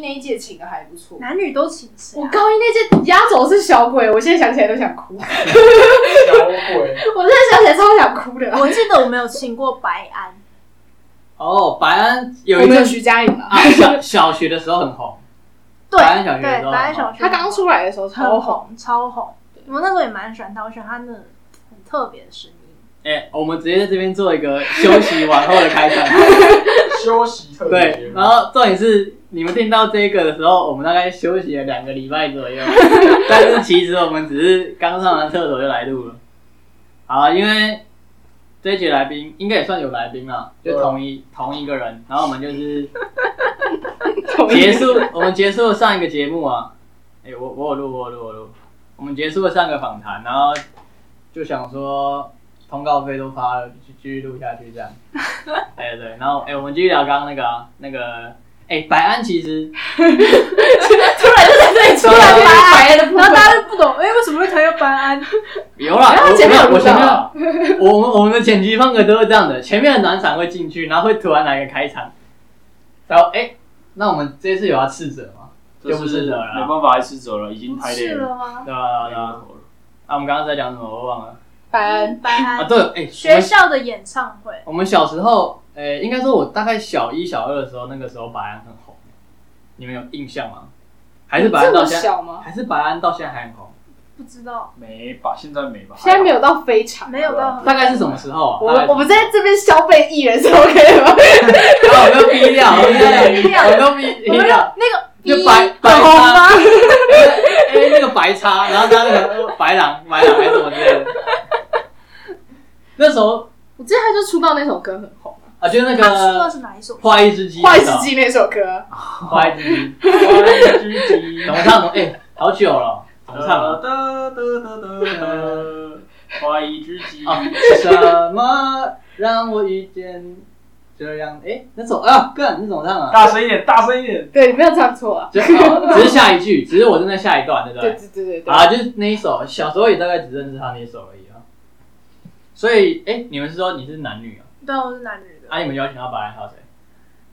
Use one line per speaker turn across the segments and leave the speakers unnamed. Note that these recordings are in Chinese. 那一届请的还不错。
男女都请谁、
我
啊？
高一那届压轴是小鬼，我现在想起来都想哭，我现
小鬼
在想起来超想哭的。
我记得我没有请过白安，
哦，白安有
我
一
们有
阵
徐佳莹啊，
啊，小小学的时候很红，
对
白安小学的时
对，
候
白安小学
她刚出来的时候啊超
超
红，
红超红，我那时候也蛮喜欢他，我喜欢他那种很特别的声音。
哎、我们直接在这边做一个休息完后的开场。
休息特别节
对，
目
然后重点是你们听到这个的时候，我们大概休息了两个礼拜 左右，但是其实我们只是刚上完厕所就来录了。好，啊因为这一节来宾应该也算有来宾了，就同一
啊
同一个人，然后我们就是结束，我们结束了上一个节目啊，哎、我我有录，我有录，我有录，我们结束了上个访谈，然后就想说通告费都发了，就继续录下去 这样。哎、对，然后哎、我们继续聊刚刚那个、啊、那个，哎、白安 其实
突然就在这里出来
对
白的部
然后大
分。
家都不懂，哎、为什么会谈到白安？
有啦，
没有
我
哎前面有
我
录
我前面
到
有我们我们的剪辑风格都是这样的，前面的暖场会进去，然后会突然来个开场，然后哎、那我们这次有要斥责吗？
就
就不是
是
了啦
没办法，还是走了，已经太累
是
了。
了吗？
对吧、
太
啊
对
累
吧、
了
啊，我们刚刚在讲什么？我忘了
白安，
白
啊。
安
对，哎、我
学
们
校的演唱会，
我们小时候，呃、应该说我大概小一、小二的时候，那个时候白安很红，你们有印象吗？还是白
这
安
么
到现在，
小吗？
还是白安到现在还很红？
不知道
没吧？现在没吧？
现在没有到非常。
没有到
大概是什么时候啊？
我
大概是
我们在这边消费艺人是 OK 的吗？
然哦后我就逼掉，我们
逼掉
就逼
我们
掉，
那个
就
一
白白
很红吗？
因为那个白叉，然后他那个白狼、白狼还是什么之类的。那时候
我记得他就出道那首歌很红，
啊，就那
他出的
个
是哪一首？
坏一只鸡，
《坏之记》那首歌，
坏一只鸡，
有知己
怎么唱的？哎，好久了，怎么
呃
唱的？
哒哒哒哒哒，花一知己。
啊，什么让我遇见这样？哎，那首啊，干，你怎么唱啊？
大声一点，大声一点。
对，你没有唱错啊。
就哦只是下一句，只是我正在下一段，对不
对
对？
对对对对。
啊，就是那一首，小时候也大概只认识他那一首而已啊。所以，哎、你们是说你是男女啊？
对，我是男女的。
啊，你们邀请到白安还有谁？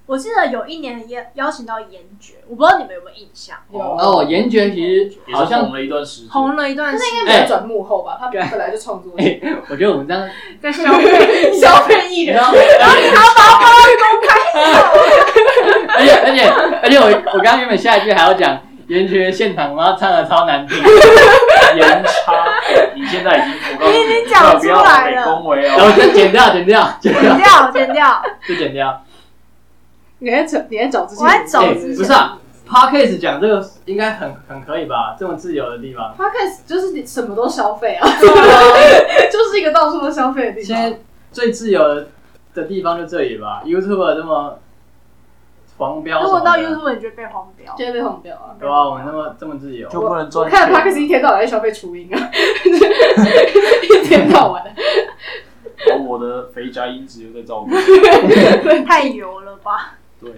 我记得有一年邀邀请到严爵，我不知道你们有没有印象，
有，
哦，严爵其实
也
好
是
像
红，了一段时间。
红了一段时
他应
间。
该没有转幕后吧？他本来就创作者，
哎、我觉得我们这样，
在消费消费艺
你知
人。
道， 而且而且而且我我刚刚原本下一句还要讲严爵现场，然后唱的超难听，
盐差，你现在已经，我告诉
你已经
你，
讲
不要
出
不要
来
美
了
恭维
然后
哦。
我就剪掉剪掉剪
剪 掉，
掉
剪掉。
就剪掉。
你在找你在找自己，
我在找
哎、
自己
不是啊 p o d c a s t 讲这个应该很很可以吧？这么自由的地方。
Podcast 就是你什么都消费啊， 就是一个到处都消费的地
现
方。
在最自由的地方就这里吧，YouTube 这么黄标什
如果
么的，
到 YouTube，你就会被黄标。
现在被红掉啊！
对啊，我们那么这么自由，
就不能
我
赚
看
钱。
了 Podcast 一天到晚在消费雏鹰啊， 一天到晚的。
然后我的肥宅音质又在照顾。
太油了吧？
对，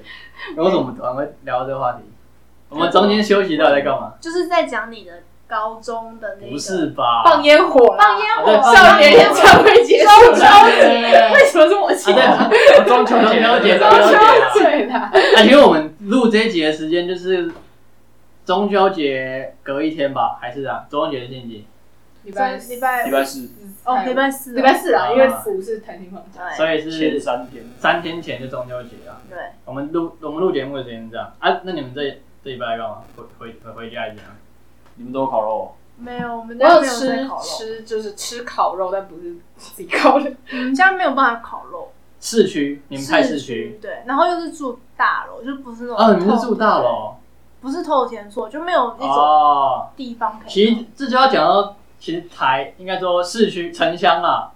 然后怎么我们聊这个话题？ 我们中间休息到底在干嘛？
就是在讲你的高中的那个
不是吧？
啊放烟火啦，
放烟
对
火，
少年演唱会结束
中
了，
秋节，
为什么是我请的？
啊，
中
秋节中秋节
中秋节啦，
对，啊，因为我们录这一集的时间就是中秋节隔一天吧，还是啊，中秋节的星期，
礼拜
礼拜
礼拜四
哦，礼拜四，
礼拜四啊，因为五是弹性放假。
对
所以
前
是
三天，
三天前就中秋节啊。
对，
我们录我们录节目的时间是这样啊，那你们这这礼拜要干嘛？回回回回家一啊下。
你们都有烤肉
没有，我们
我
家
有
没有在
吃
烤肉，
吃就是吃烤肉，但不是自己烤 的。
我们家没有办法烤肉。
市区，你们太市区。
区对，然后又是住大楼，就不是那种
哦，你们
透
是住大，楼
不是透天厝，就没有那种
哦。
地方可以。
其实这就要讲到，其实台应该说市区城 乡啊，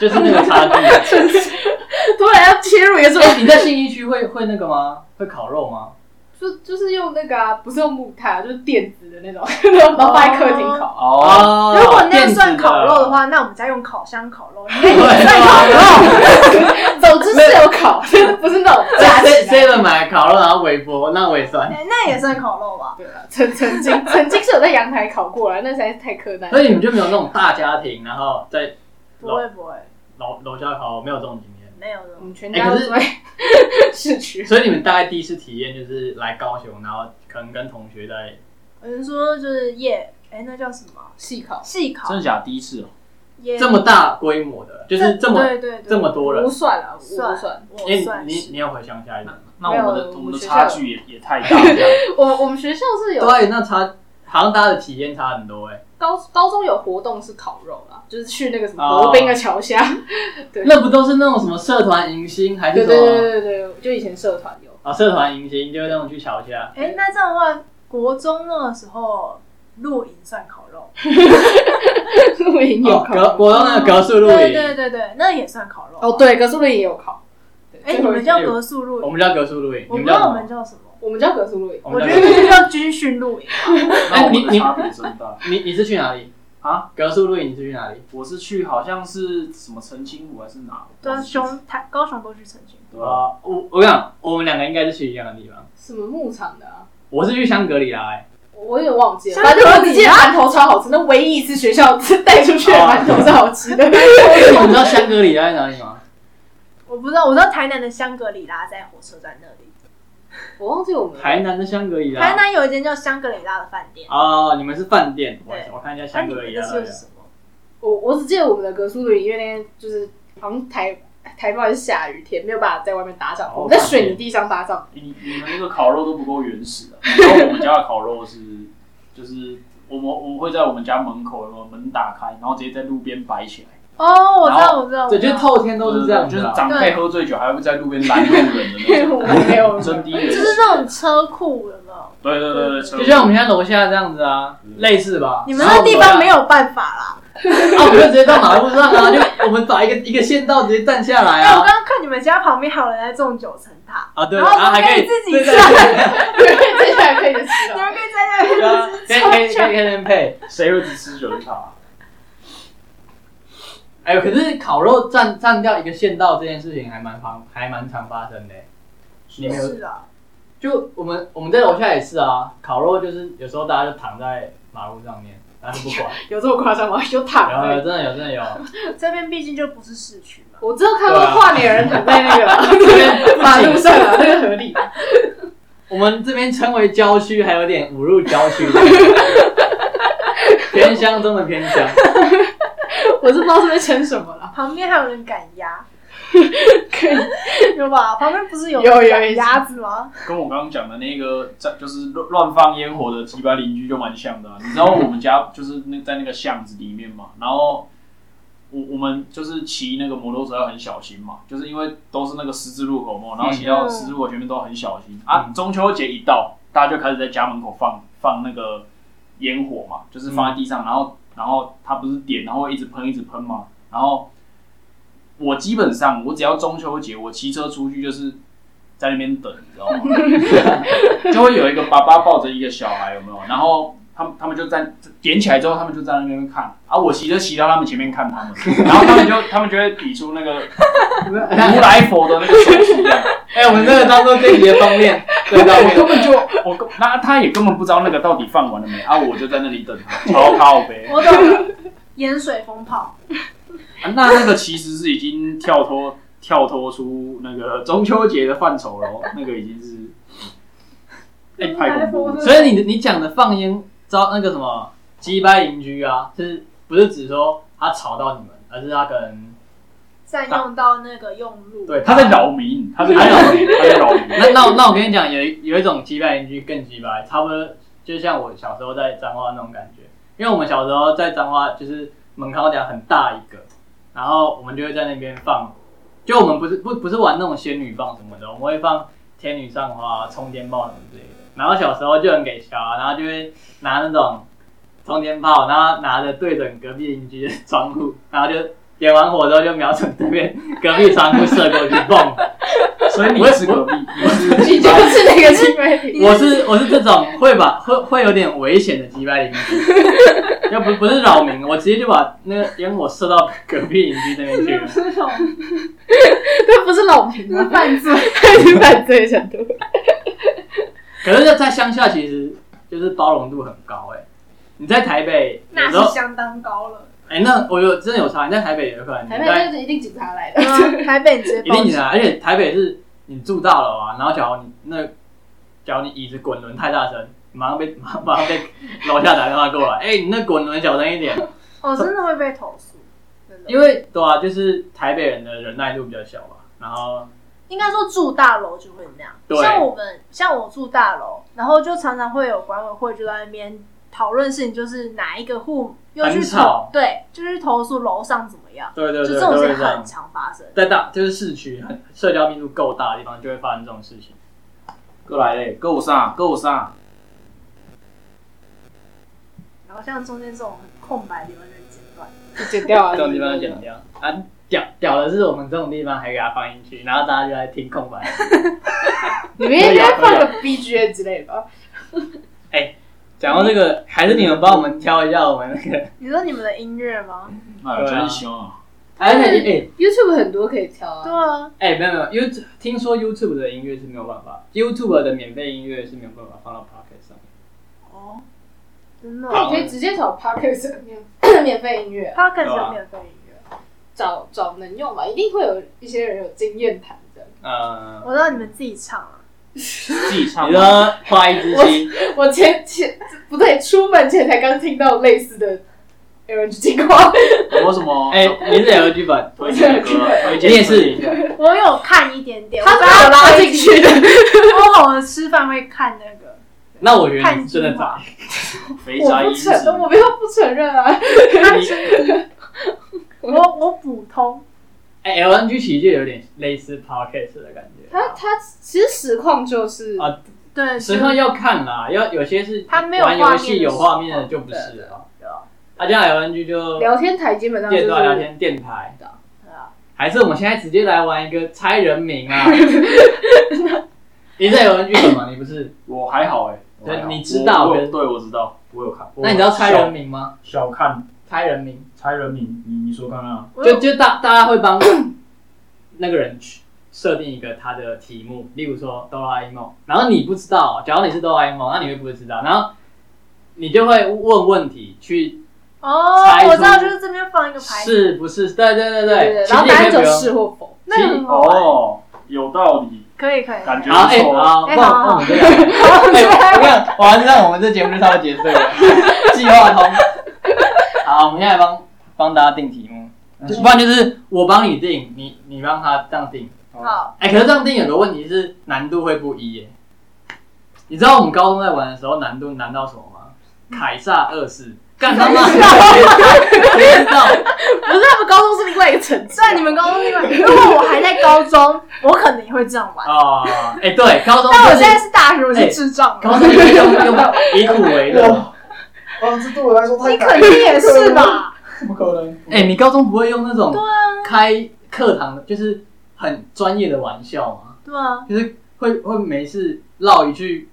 就是那个差距。
突然要啊切入一个这
哎，你在信义区会会那个吗？会烤肉吗？
就就是用那个啊，不是用木炭啊，就是电子的那种， 然后放在客厅烤。
哦，
哦
如果那样算烤肉的，话，那我们家用烤箱烤肉，
电 子的对啊
在烤肉，总之是有烤，不是那种架
在 C
起
C
来。
的买烤肉，然后微波，那我也算。
哎那 也算烤肉吧？
对啊，曾曾经曾经是有在阳台烤过了，那实在是太苛待了。
所以你们就没有那种大家庭，然后在
不会不会，
楼楼下烤，没有这种经验。
没有的
我。们全
哎
家
可
都
是
在 市区。
所以你们大概第一次体验就是来高雄，然后可能跟同学在
有人说就是夜，哎，那叫什么？
细考
戏考
真的假的？第一次哦，
夜
这么大规模的，就是这么
对对对
这么多人
不。算了，我不
算
算。
我
哎，
算
你
是
你有回乡下一点
那
吗？
那
没
我们的
有
我们
我
的
学校
差距也也太大 了。
我我们学校是有
对，那差好像大家的体验差很多哎。
高高中有活动是烤肉啦，就是去那个什么国宾的桥下。对
那不都是那种什么社团迎新还是
对对
什
对
么
对对，对就以前社团有。
啊？社团迎新就是那种去桥下，
哎，那这样的话，国中那个时候露营算烤肉，
露营有
哦
烤
格国中那个格数露
对
营，
对对对，那也算烤肉。
哦，，对，格数露营也有烤。对
哎，
最
你
后一
们
天
叫格宿露
我
营，
们叫格数露营，
我
哦
不
你们
知道
叫
我们叫
什么？
什么，
我们叫格数露营，
我
我
们
觉
叫
得这就叫军训露营。
那我
你
们的差别真大
你你是去哪里？
啊！
格数露营你是去哪里？
我是去好像是什么澄清湖还是哪？
对啊，熊台高雄都去澄清，
对吧？
啊，我我想我们两个应该是去一样的地方。
什么牧场的啊？
我是去香格里拉哎，
我有点忘记了，
香
反正
格
我
里
自己的馒头超好吃，那唯一一次学校 带出去的馒头是好吃的。
你们知道香格里拉在哪里吗？
我不知道，我知道台南的香格里拉在火车站那里，
我忘记我们
台南的香格里拉。
台南有一间叫香格里拉的饭店，
哦，你们是饭店，我
对
我看一下
那
香
你
格
们
里
的
拉啊
是
在
又
哪
是。什么？
我我只记得我们的格苏露营，因为那天就是好像台台风还是下雨天，没有办法在外面搭帐篷，
哦
我们在水泥地上搭帐
你你们那个烤肉都不够原始的，然后我们家的烤肉是就是我们我们会在我们家门口有没有门打开，然后直接在路边摆起来。
哦，我知
然
道，
后
我知道，
对，就是
我知道
透天都是这样
就
子
是
啊，
长辈喝醉酒还会在路边拦路人的那
篷。
种，
我们没有，
真 低
就
人。
是那种车库，有没有？
对对对对，
就
车
像我们现在楼下这样子啊，类似吧？
你们那地方没有办法啦。
啊，我们就直接到马路上啊，就我们找一个一个县道直接站下来
哎，我
啊
刚刚看你们家旁边还有人在种九层塔，
啊，对，
然后
啊还
你们
可
可
以
以自己
对对
站
对，接下来可以吃
你
了。
们可以在那里
对啊可以可以可以可以配。
谁会只吃酒塔？
哎呦，可是烤肉占占掉一个县道这件事情还蛮常还蛮常发生的欸。你们有
是啊，
就我们我们在楼下也是啊，烤肉就是有时候大家就躺在马路上面，但是不 管，
有这么夸张吗？有躺
然后
的，
真的有啊真的 有。
这边毕竟就不是市区嘛。
我真的看过跨年人躺在那个
这边
马路 上啊，那个合理。
我们这边称为郊区，还有点侮辱郊区， 偏乡中的偏乡。
我是不知道是被称什么了。
旁边还有人赶鸭，
可以，
有吧？旁边不是有
有有
赶鸭子 吗？
跟我刚刚讲的那个在就是乱乱放烟火的鸡巴邻居就蛮像的啊、你知道我们家就是那在那个巷子里面嘛，然后我我们就是骑那个摩托车要很小心嘛，就是因为都是那个十字路口嘛，然后骑到
嗯
十字路口前面都很小心啊。中秋节一到，大家就开始在家门口放放那个烟火嘛，就是放在地上，然后然后它不是点，然后会一直喷一直喷嘛，然后。我基本上，我只要中秋节，我骑车出去就是在那边等，你知道吗？ 就会有一个爸爸抱着一个小孩，有没有？然后他们他们就在点起来之后，他们就在那边看啊，我骑着骑到他们前面看他们， 然后他们就他们就会比出那个如来佛的那个手势这样，
哎、我们这个当做这一节方面， 对
然
方
后 我根
面。
本就我根那他也根本不知道那个到底放完了没啊，我就在那里等他，超靠呗。
我懂了，盐水风炮，
啊那那个其实是已经跳脱跳脱出那个中秋节的范畴了哦，那个已经是。哎、太恐怖了！
所以你你讲的放烟招那个什么击败邻居啊，是不是只说他吵到你们，而是他可能
占用到那个用路。
对
他在扰民，他在扰民，他在扰 民。
那那我那我跟你讲，有一有一种击败邻居更击败，差不多就像我小时候在彰化那种感觉，因为我们小时候在彰化就是门口讲很大一个，然后我们就会在那边放，就我们不是不不是玩那种仙女棒什么的，我们会放天女散花、啊冲天炮什么之类的。然后小时候就很给小啊，然后就会拿那种冲天炮，然后拿着对准隔壁邻居的窗户，然后就点完火之后就瞄准对面隔壁窗户射过去， 嘣！
所以你是隔壁，你是
你就是那个青梅
我是我是这种会把会会有点危险的击败邻居，要不不是扰民，我直接就把那个烟火射到隔壁邻居那边去了。
这种
那不是老民
这是
吗？
犯罪，
已经犯罪的程度。
可是，在乡下欸其实就是包容度很高哎、你在台北有
那
时候
是相当高了。
哎、那我有真的有差，你在台北也有可能，
台
你在
北就是一定警察来 的，
嗯台北你直接
一定啊
报
警察，而且台北是你住到了啊，然后假如你那，假如你椅子滚轮太大声，马上被马上马上被楼下打电话过来，哎、你那滚轮小声一点，
哦，真的会被投诉，真的
因为对啊，就是台北人的忍耐度比较小吧，然后
应该说住大楼就会那样。
对
像我们，像我住大楼，然后就常常会有管委会就在那边讨论事情，就是哪一个户又去
很
投
吵，
对，就是投诉楼上怎么样，
对对
就这
对，都
种
会
事
这样
很。常发生。
在大就是市区，很社交密度够大的地方，就会发生这种事情。
过来嘞，够上够上，啊
然后像中间这种空白的地方就会剪断，
就剪掉啊，
这种地方就剪掉啊，屌屌的是我们这种地方还给它放进去，然后大家就来听 空白。
你们应该放个 B G M 之类的吧？
讲到这个，还是你们帮我们挑一下我们那 个。
你说你们的音乐吗？
哎呦，真凶啊！
哎
而且
YouTube 很多可以挑
对
啊，
啊，
哎哎，没有没有，You 听说 YouTube 的音乐是没有办法，YouTube 的免费音乐是没有办法放到 Pocket 上面。
哦，真的
那
哦
你可啊以直接找 Podcast 免 免费音乐啊，
，Podcast
对啊
有免费音乐。
找找能用吧，一定会有一些人有经验谈的。
呃，
我知道你们自己唱啊，
自己唱
你，说画一只鸡，
我前前不对，出门前才刚听到类似的 LNG 情况，
有什么？
哎，你是 LG 版，
推荐的歌，推荐
你也是
推荐
我有看一点点，
他
我
把
把它
我拉
推
进去的。
我偶尔吃饭会看那个，
那我觉得
看
你真的
精华
渣。
肥
我
宅
不
一子
承，认，我没有不承认啊。
我我普通，
哎，LNG 其实就有点类似 Pocket 的感觉。
他他其实实况就是
啊
对，
实况要看啦，要有些是
它没有
玩
画
游
面
戏
的
有
时
画
候
面的就不
对
是
对
了。
对啊
啊，这样 LNG 就
聊天台，基本上就
电
是
到聊 天电台，
对啊，
还是我们现在直接来玩一个猜人名啊？你在 LNG 什么？你不是？
我还好哎，我还好
你知道
我我
可是
对，我知道，我有看。
那你知道猜人名吗？
小看
猜人名，
猜人名，你你说看看啊，
我
就
有
就大大家会帮 那个人去设定一个他的题目，例如说哆啦 A 梦，然后你不知道，假如你是哆啦 A 梦，那你会不会知道？然后你就会问问题去
哦，
猜
我知道，
出
就是这边放一个牌子，
是不是？对对对
对对，
其
然
实
后
也
答
可
案
以不
只有
用。
是或否。
那个很好玩，
哦，有道理，
可以可以，
感觉
好，哎，
不错啊
好，
哎
那
好
那我们就聊。 哎， 我看，我还是让我们这节目就差不多结束了， 计划通。好，我们现在帮帮大家定题目，不然就是我帮你定，你你帮他这样定。
好，
哎，可是这样定有个问题是难度会不一耶。你知道我们高中在玩的时候难度难到什么吗？凯撒二世，干他妈！谁知道？
不是他们高中是另外一个层次啊
虽，然你们高中那个，如果我还在高中，我可能也会这样玩，
哦，哎，对，高中
但哦我
就
现在
是
是大学，我是智障啊
高
了，
中就是用用以苦为乐。
哇，哇，这对我来说太
你
难
肯定也是吧？
了，怎么可能？
哎、你高中不会用那种
对啊，
开课堂的，就是很专业的玩笑吗？
对啊，
就是会会没事唠一句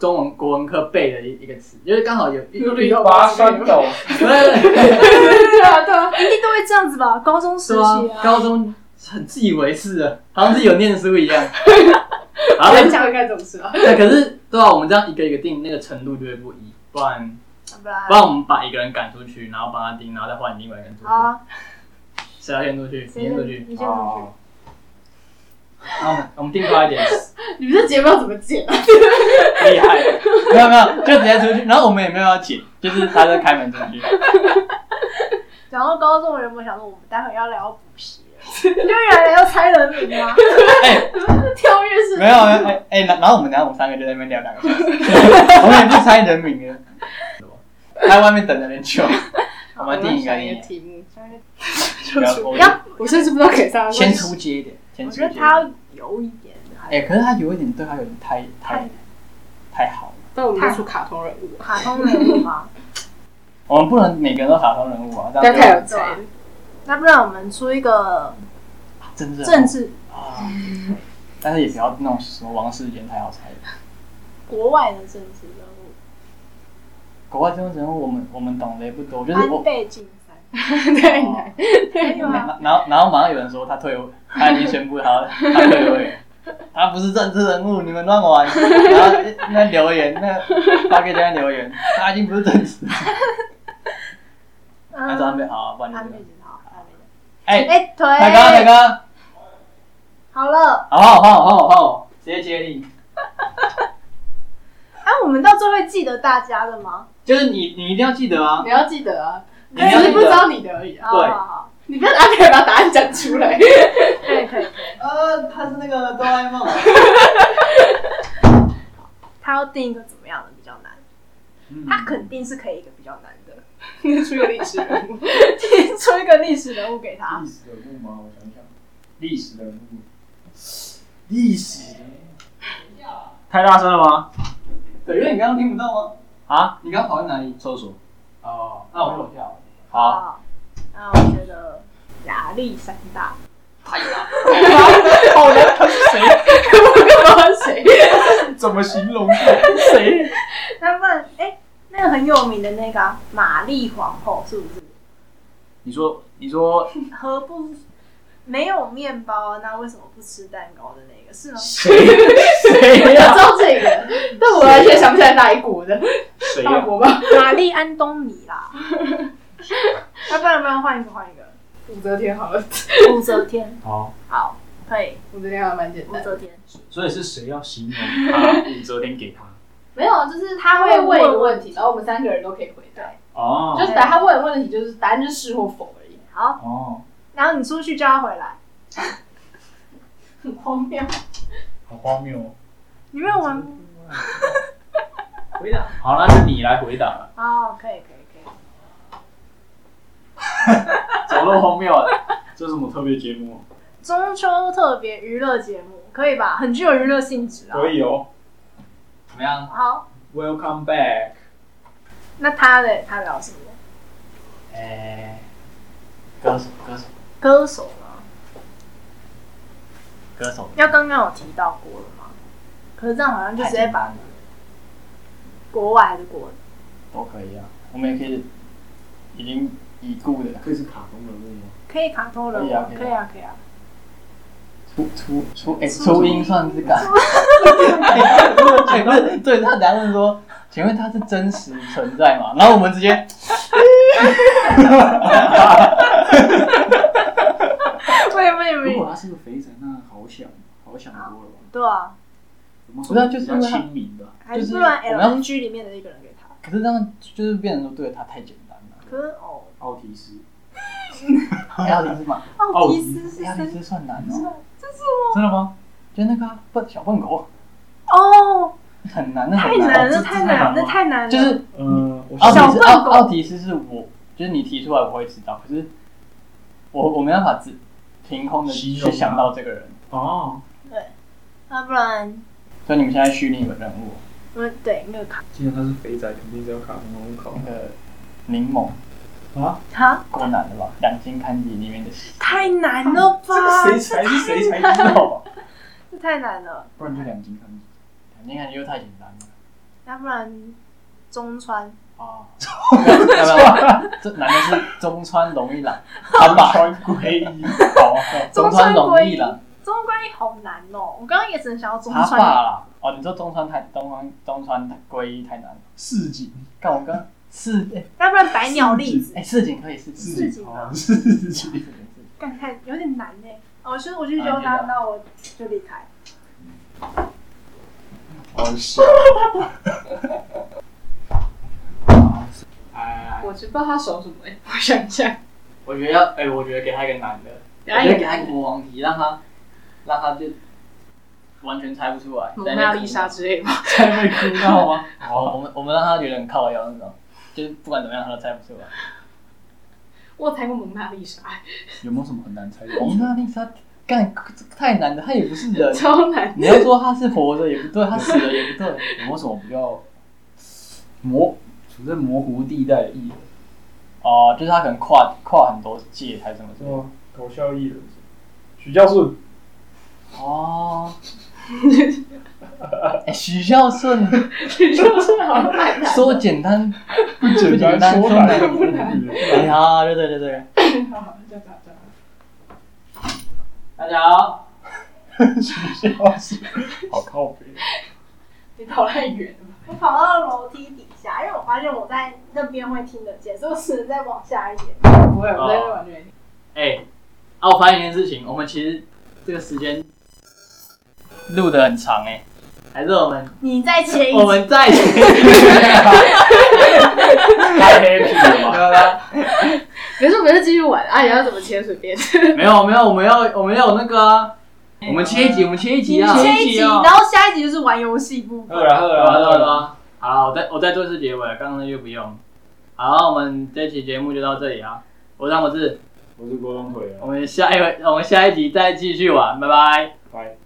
中文国文课背的一一个词，就是刚好有一对
拔山倒，
对
对啊对啊，
一定都会这样子吧？高中时
对啊
期，啊，
高中很自以为是的，好像是有念书一 样。好，
人
那
家会干这种事啊。
那可是对啊，我们这样一个一个定，那个程度就会不一，不然
不然
不然我们把一个人赶出去，然后帮他定，然后再换另外一个人出去
好，啊，
谁要先出去？你
谁
先出去，
你先出去。
然后我们我们定高一点。
你们这节目要怎么剪啊？
厉害，没有没有，就直接出去，然后我们也没有要剪，就是他
啊
在开门出去。
然后高中原本想说我们待会要聊补习了，就原来要猜人名 吗？
哎、
跳跃式
没有哎哎、然后我们然后我们三个就在那边聊两个小时，我们也不猜人名了， 他在外面等的人久，我们定一个
想
你
一个题目，
不要我
要
我甚至不知道给啥。
先出街一点，先
我
出
觉
街
得
一点。
他有一点还
哎、可是他有一点对他有点太太
太
太好了，
但我们都出卡通人物，
卡通人物 吗？
我们不能每个人都卡通人物啊，这
但
样
太
就
有才了。
那不然我们出一个
政治
政治
啊，但是也不要那种什么王世坚太好猜了。
国外的政治人物，
国外政治人物我们我们懂得也不多，就是我
安倍啊晋 三，
太难，
可以吗？
然后然后马上有人说他退位，他已经宣布 他他退位，他不是政治人物，你们乱玩。然后那留言，那发给大家留言，他已经不是政治人物。那张被好，不然就
嗯安
这
倍
个。
晋好，安倍晋
哎，
哎，腿，
大哥大哥，
好了，
好好换我换我换我，直接接力。
啊，我们到最后会记得大家的吗？
就是你你一定要记得啊，
你要记得啊，
你一定
只
要
是
记
不知
得。
道你的而已啊。
好好好，哎
你不要拿别人把答案讲出来。
可以可以，
呃，他是那个哆啦 A 梦。
他要定一个怎么样的比较难？
嗯
他肯定是可以一个比较难的，
你出个历史人物，
提出一个历史人物给他
历。史人物吗？我想想，历史人物，历史人物，
太大声了吗？
对，因为你刚刚听不到吗？
啊，
你刚刚跑去哪里？
厕所。
哦，那我我跳。
好，，
那我觉得亚历山大，
好人他是谁？
我谁？
怎么形容？谁？
那不然哎，那个很有名的那个啊玛丽皇后是不是？
你说，你说
何不没有面包啊？那为什么不吃蛋糕的那个是吗？
谁？谁
我知
呀？
道这个，但我完全想不起来哪一国的，
谁啊
法
呀？
国吧？
玛丽安东 尼啦。那啊不然不然换一个换一个，
武则天好了，
武则天。
好，
好，可以，
武则天还蛮简
武
单的。
则天。
所以是谁要形容他？武则天给他。
没有，就是他会问一个问题，然后我们三个人都可以回答。
哦
就是答他问的问题，就是答案就是是或否而已。
好，
哦，
然后你出去叫他回来。
很荒谬。
好荒谬哦。
你没有玩？
回答。
好，那是你来回答了。
哦，可以可以可以。
走漏荒谬了，这是什么特别节 目？
中秋特别娱乐节目可以吧？很具有娱乐性质啊。
以哦。
怎么样？
好，
Welcome back。
那他的他聊什么？
哎，歌手歌手
歌手吗？
歌手，
要刚刚有提到过了吗？可是这样好像就直接把国外还是国
都可以啊。我们也可以已经已故的
可以是卡通人物吗？
可以卡通人
可以啊
物，可以啊可以啊。
初初初哎初音算是 感。请问，对他答问说，请问他是真实存在吗？然后我们直接，
喂喂
如
喂，
果他是个肥宅，那好想，好想多了吧？
对啊，
有没有
不是啊就
比
是
较
因为他
亲民的？
还
就是
是不然
我们要
LNG 里面的一个人给他。
可是这样就是变成说，对他太简单 了。
可是哦，
奥提斯，
亚里斯嘛，
奥迪斯是
亚里
真
斯算难哦，
真的吗？
就那个啊笨小笨狗，
哦，
很难的，
太
很
难了，
这
太难
这
了，太难了。
就是
呃，我
奥
想
小
提斯
笨狗
奥奥提斯是我，就是你提出来我会知道，可是我我没办法只凭空的
形
去
容啊
想到这个人，
哦，
那不然
所以你们现在虚拟一个人物，
我们对没有卡
既然他是肥宅，肯定是要卡通人物考
那个柠檬
啊。
哈，
够难了吧？两金刊集里面的戏，
太难了吧？
谁才是谁才知道吧？
这太难了。
不然就两金看。
两金刊集又太简单了。
那不然中川
啊，没有没有，这男的是中川龙一郎，他吧？
穿龟衣，
好中川龙一郎，
中关一好难哦，我刚刚也只能想到中
他爸
川。
啦。哦，你说中川太中川中川太归一太难了。
市井
看我刚四哎
那不然百鸟栗子
哎，四井可以四井，
市井啊，
市井。
干太有点难呢。哦，所以我去
啊
教
你
他，
的
那我就离开。
好笑。
哎，
我知道他手什么、欸，我想想，
我觉得要哎，我觉得给他一个男的，
然
我
后
觉
也
得给他一个国王题，让他让他就完全猜不出来。
蒙娜丽莎之类吧。
在那边哭你知道吗？哦，我们我们让他觉得很靠腰那种，就是不管怎么样他都猜不出来。
我有猜过蒙娜丽莎、欸
有没有什么很难猜的？
蒙娜丽莎干这个太难了，她也不是人。
超难。
你要说她是活着也不对，她死了也不对。
有没有什么比较模处在模糊地带的艺人？
哦、就是她可能跨跨很多界还是什么之类的。
哦，搞笑艺人，许教授。
哦，哎徐孝顺
就是好难啊。
说简 单，
不简单，说难就难。
哎呀，对对对对，
好好，这样这样这样
大家好，
好靠背。
你跑太远了吧。
我跑到楼梯底下，因为我发现我在那边会听得见，所以我只能再往下一点。
不会，我在这完全没听。
哎、啊，我发现一件事情，我们其实这个时间录的很长哎、还是我们
你再切
我
一集，
们再
太 happy 了吧？
可是我们就继续玩啊，你要怎么切随便。
没有没有，我们要我们要有那个啊、我们切一集，我们切一集啊，
切一集，
啊
然，后下一集就是玩游戏部分。
饿了，饿
对啊
了，
对
饿
啊对
了。
啊。好，我再我再做一次结尾，啊刚刚那就不用。好，我们这期节目就到这里啊。我是张博志，
我是锅中腿
啊
我
了，
们下一回，我们下一集再继续玩，拜拜。
拜。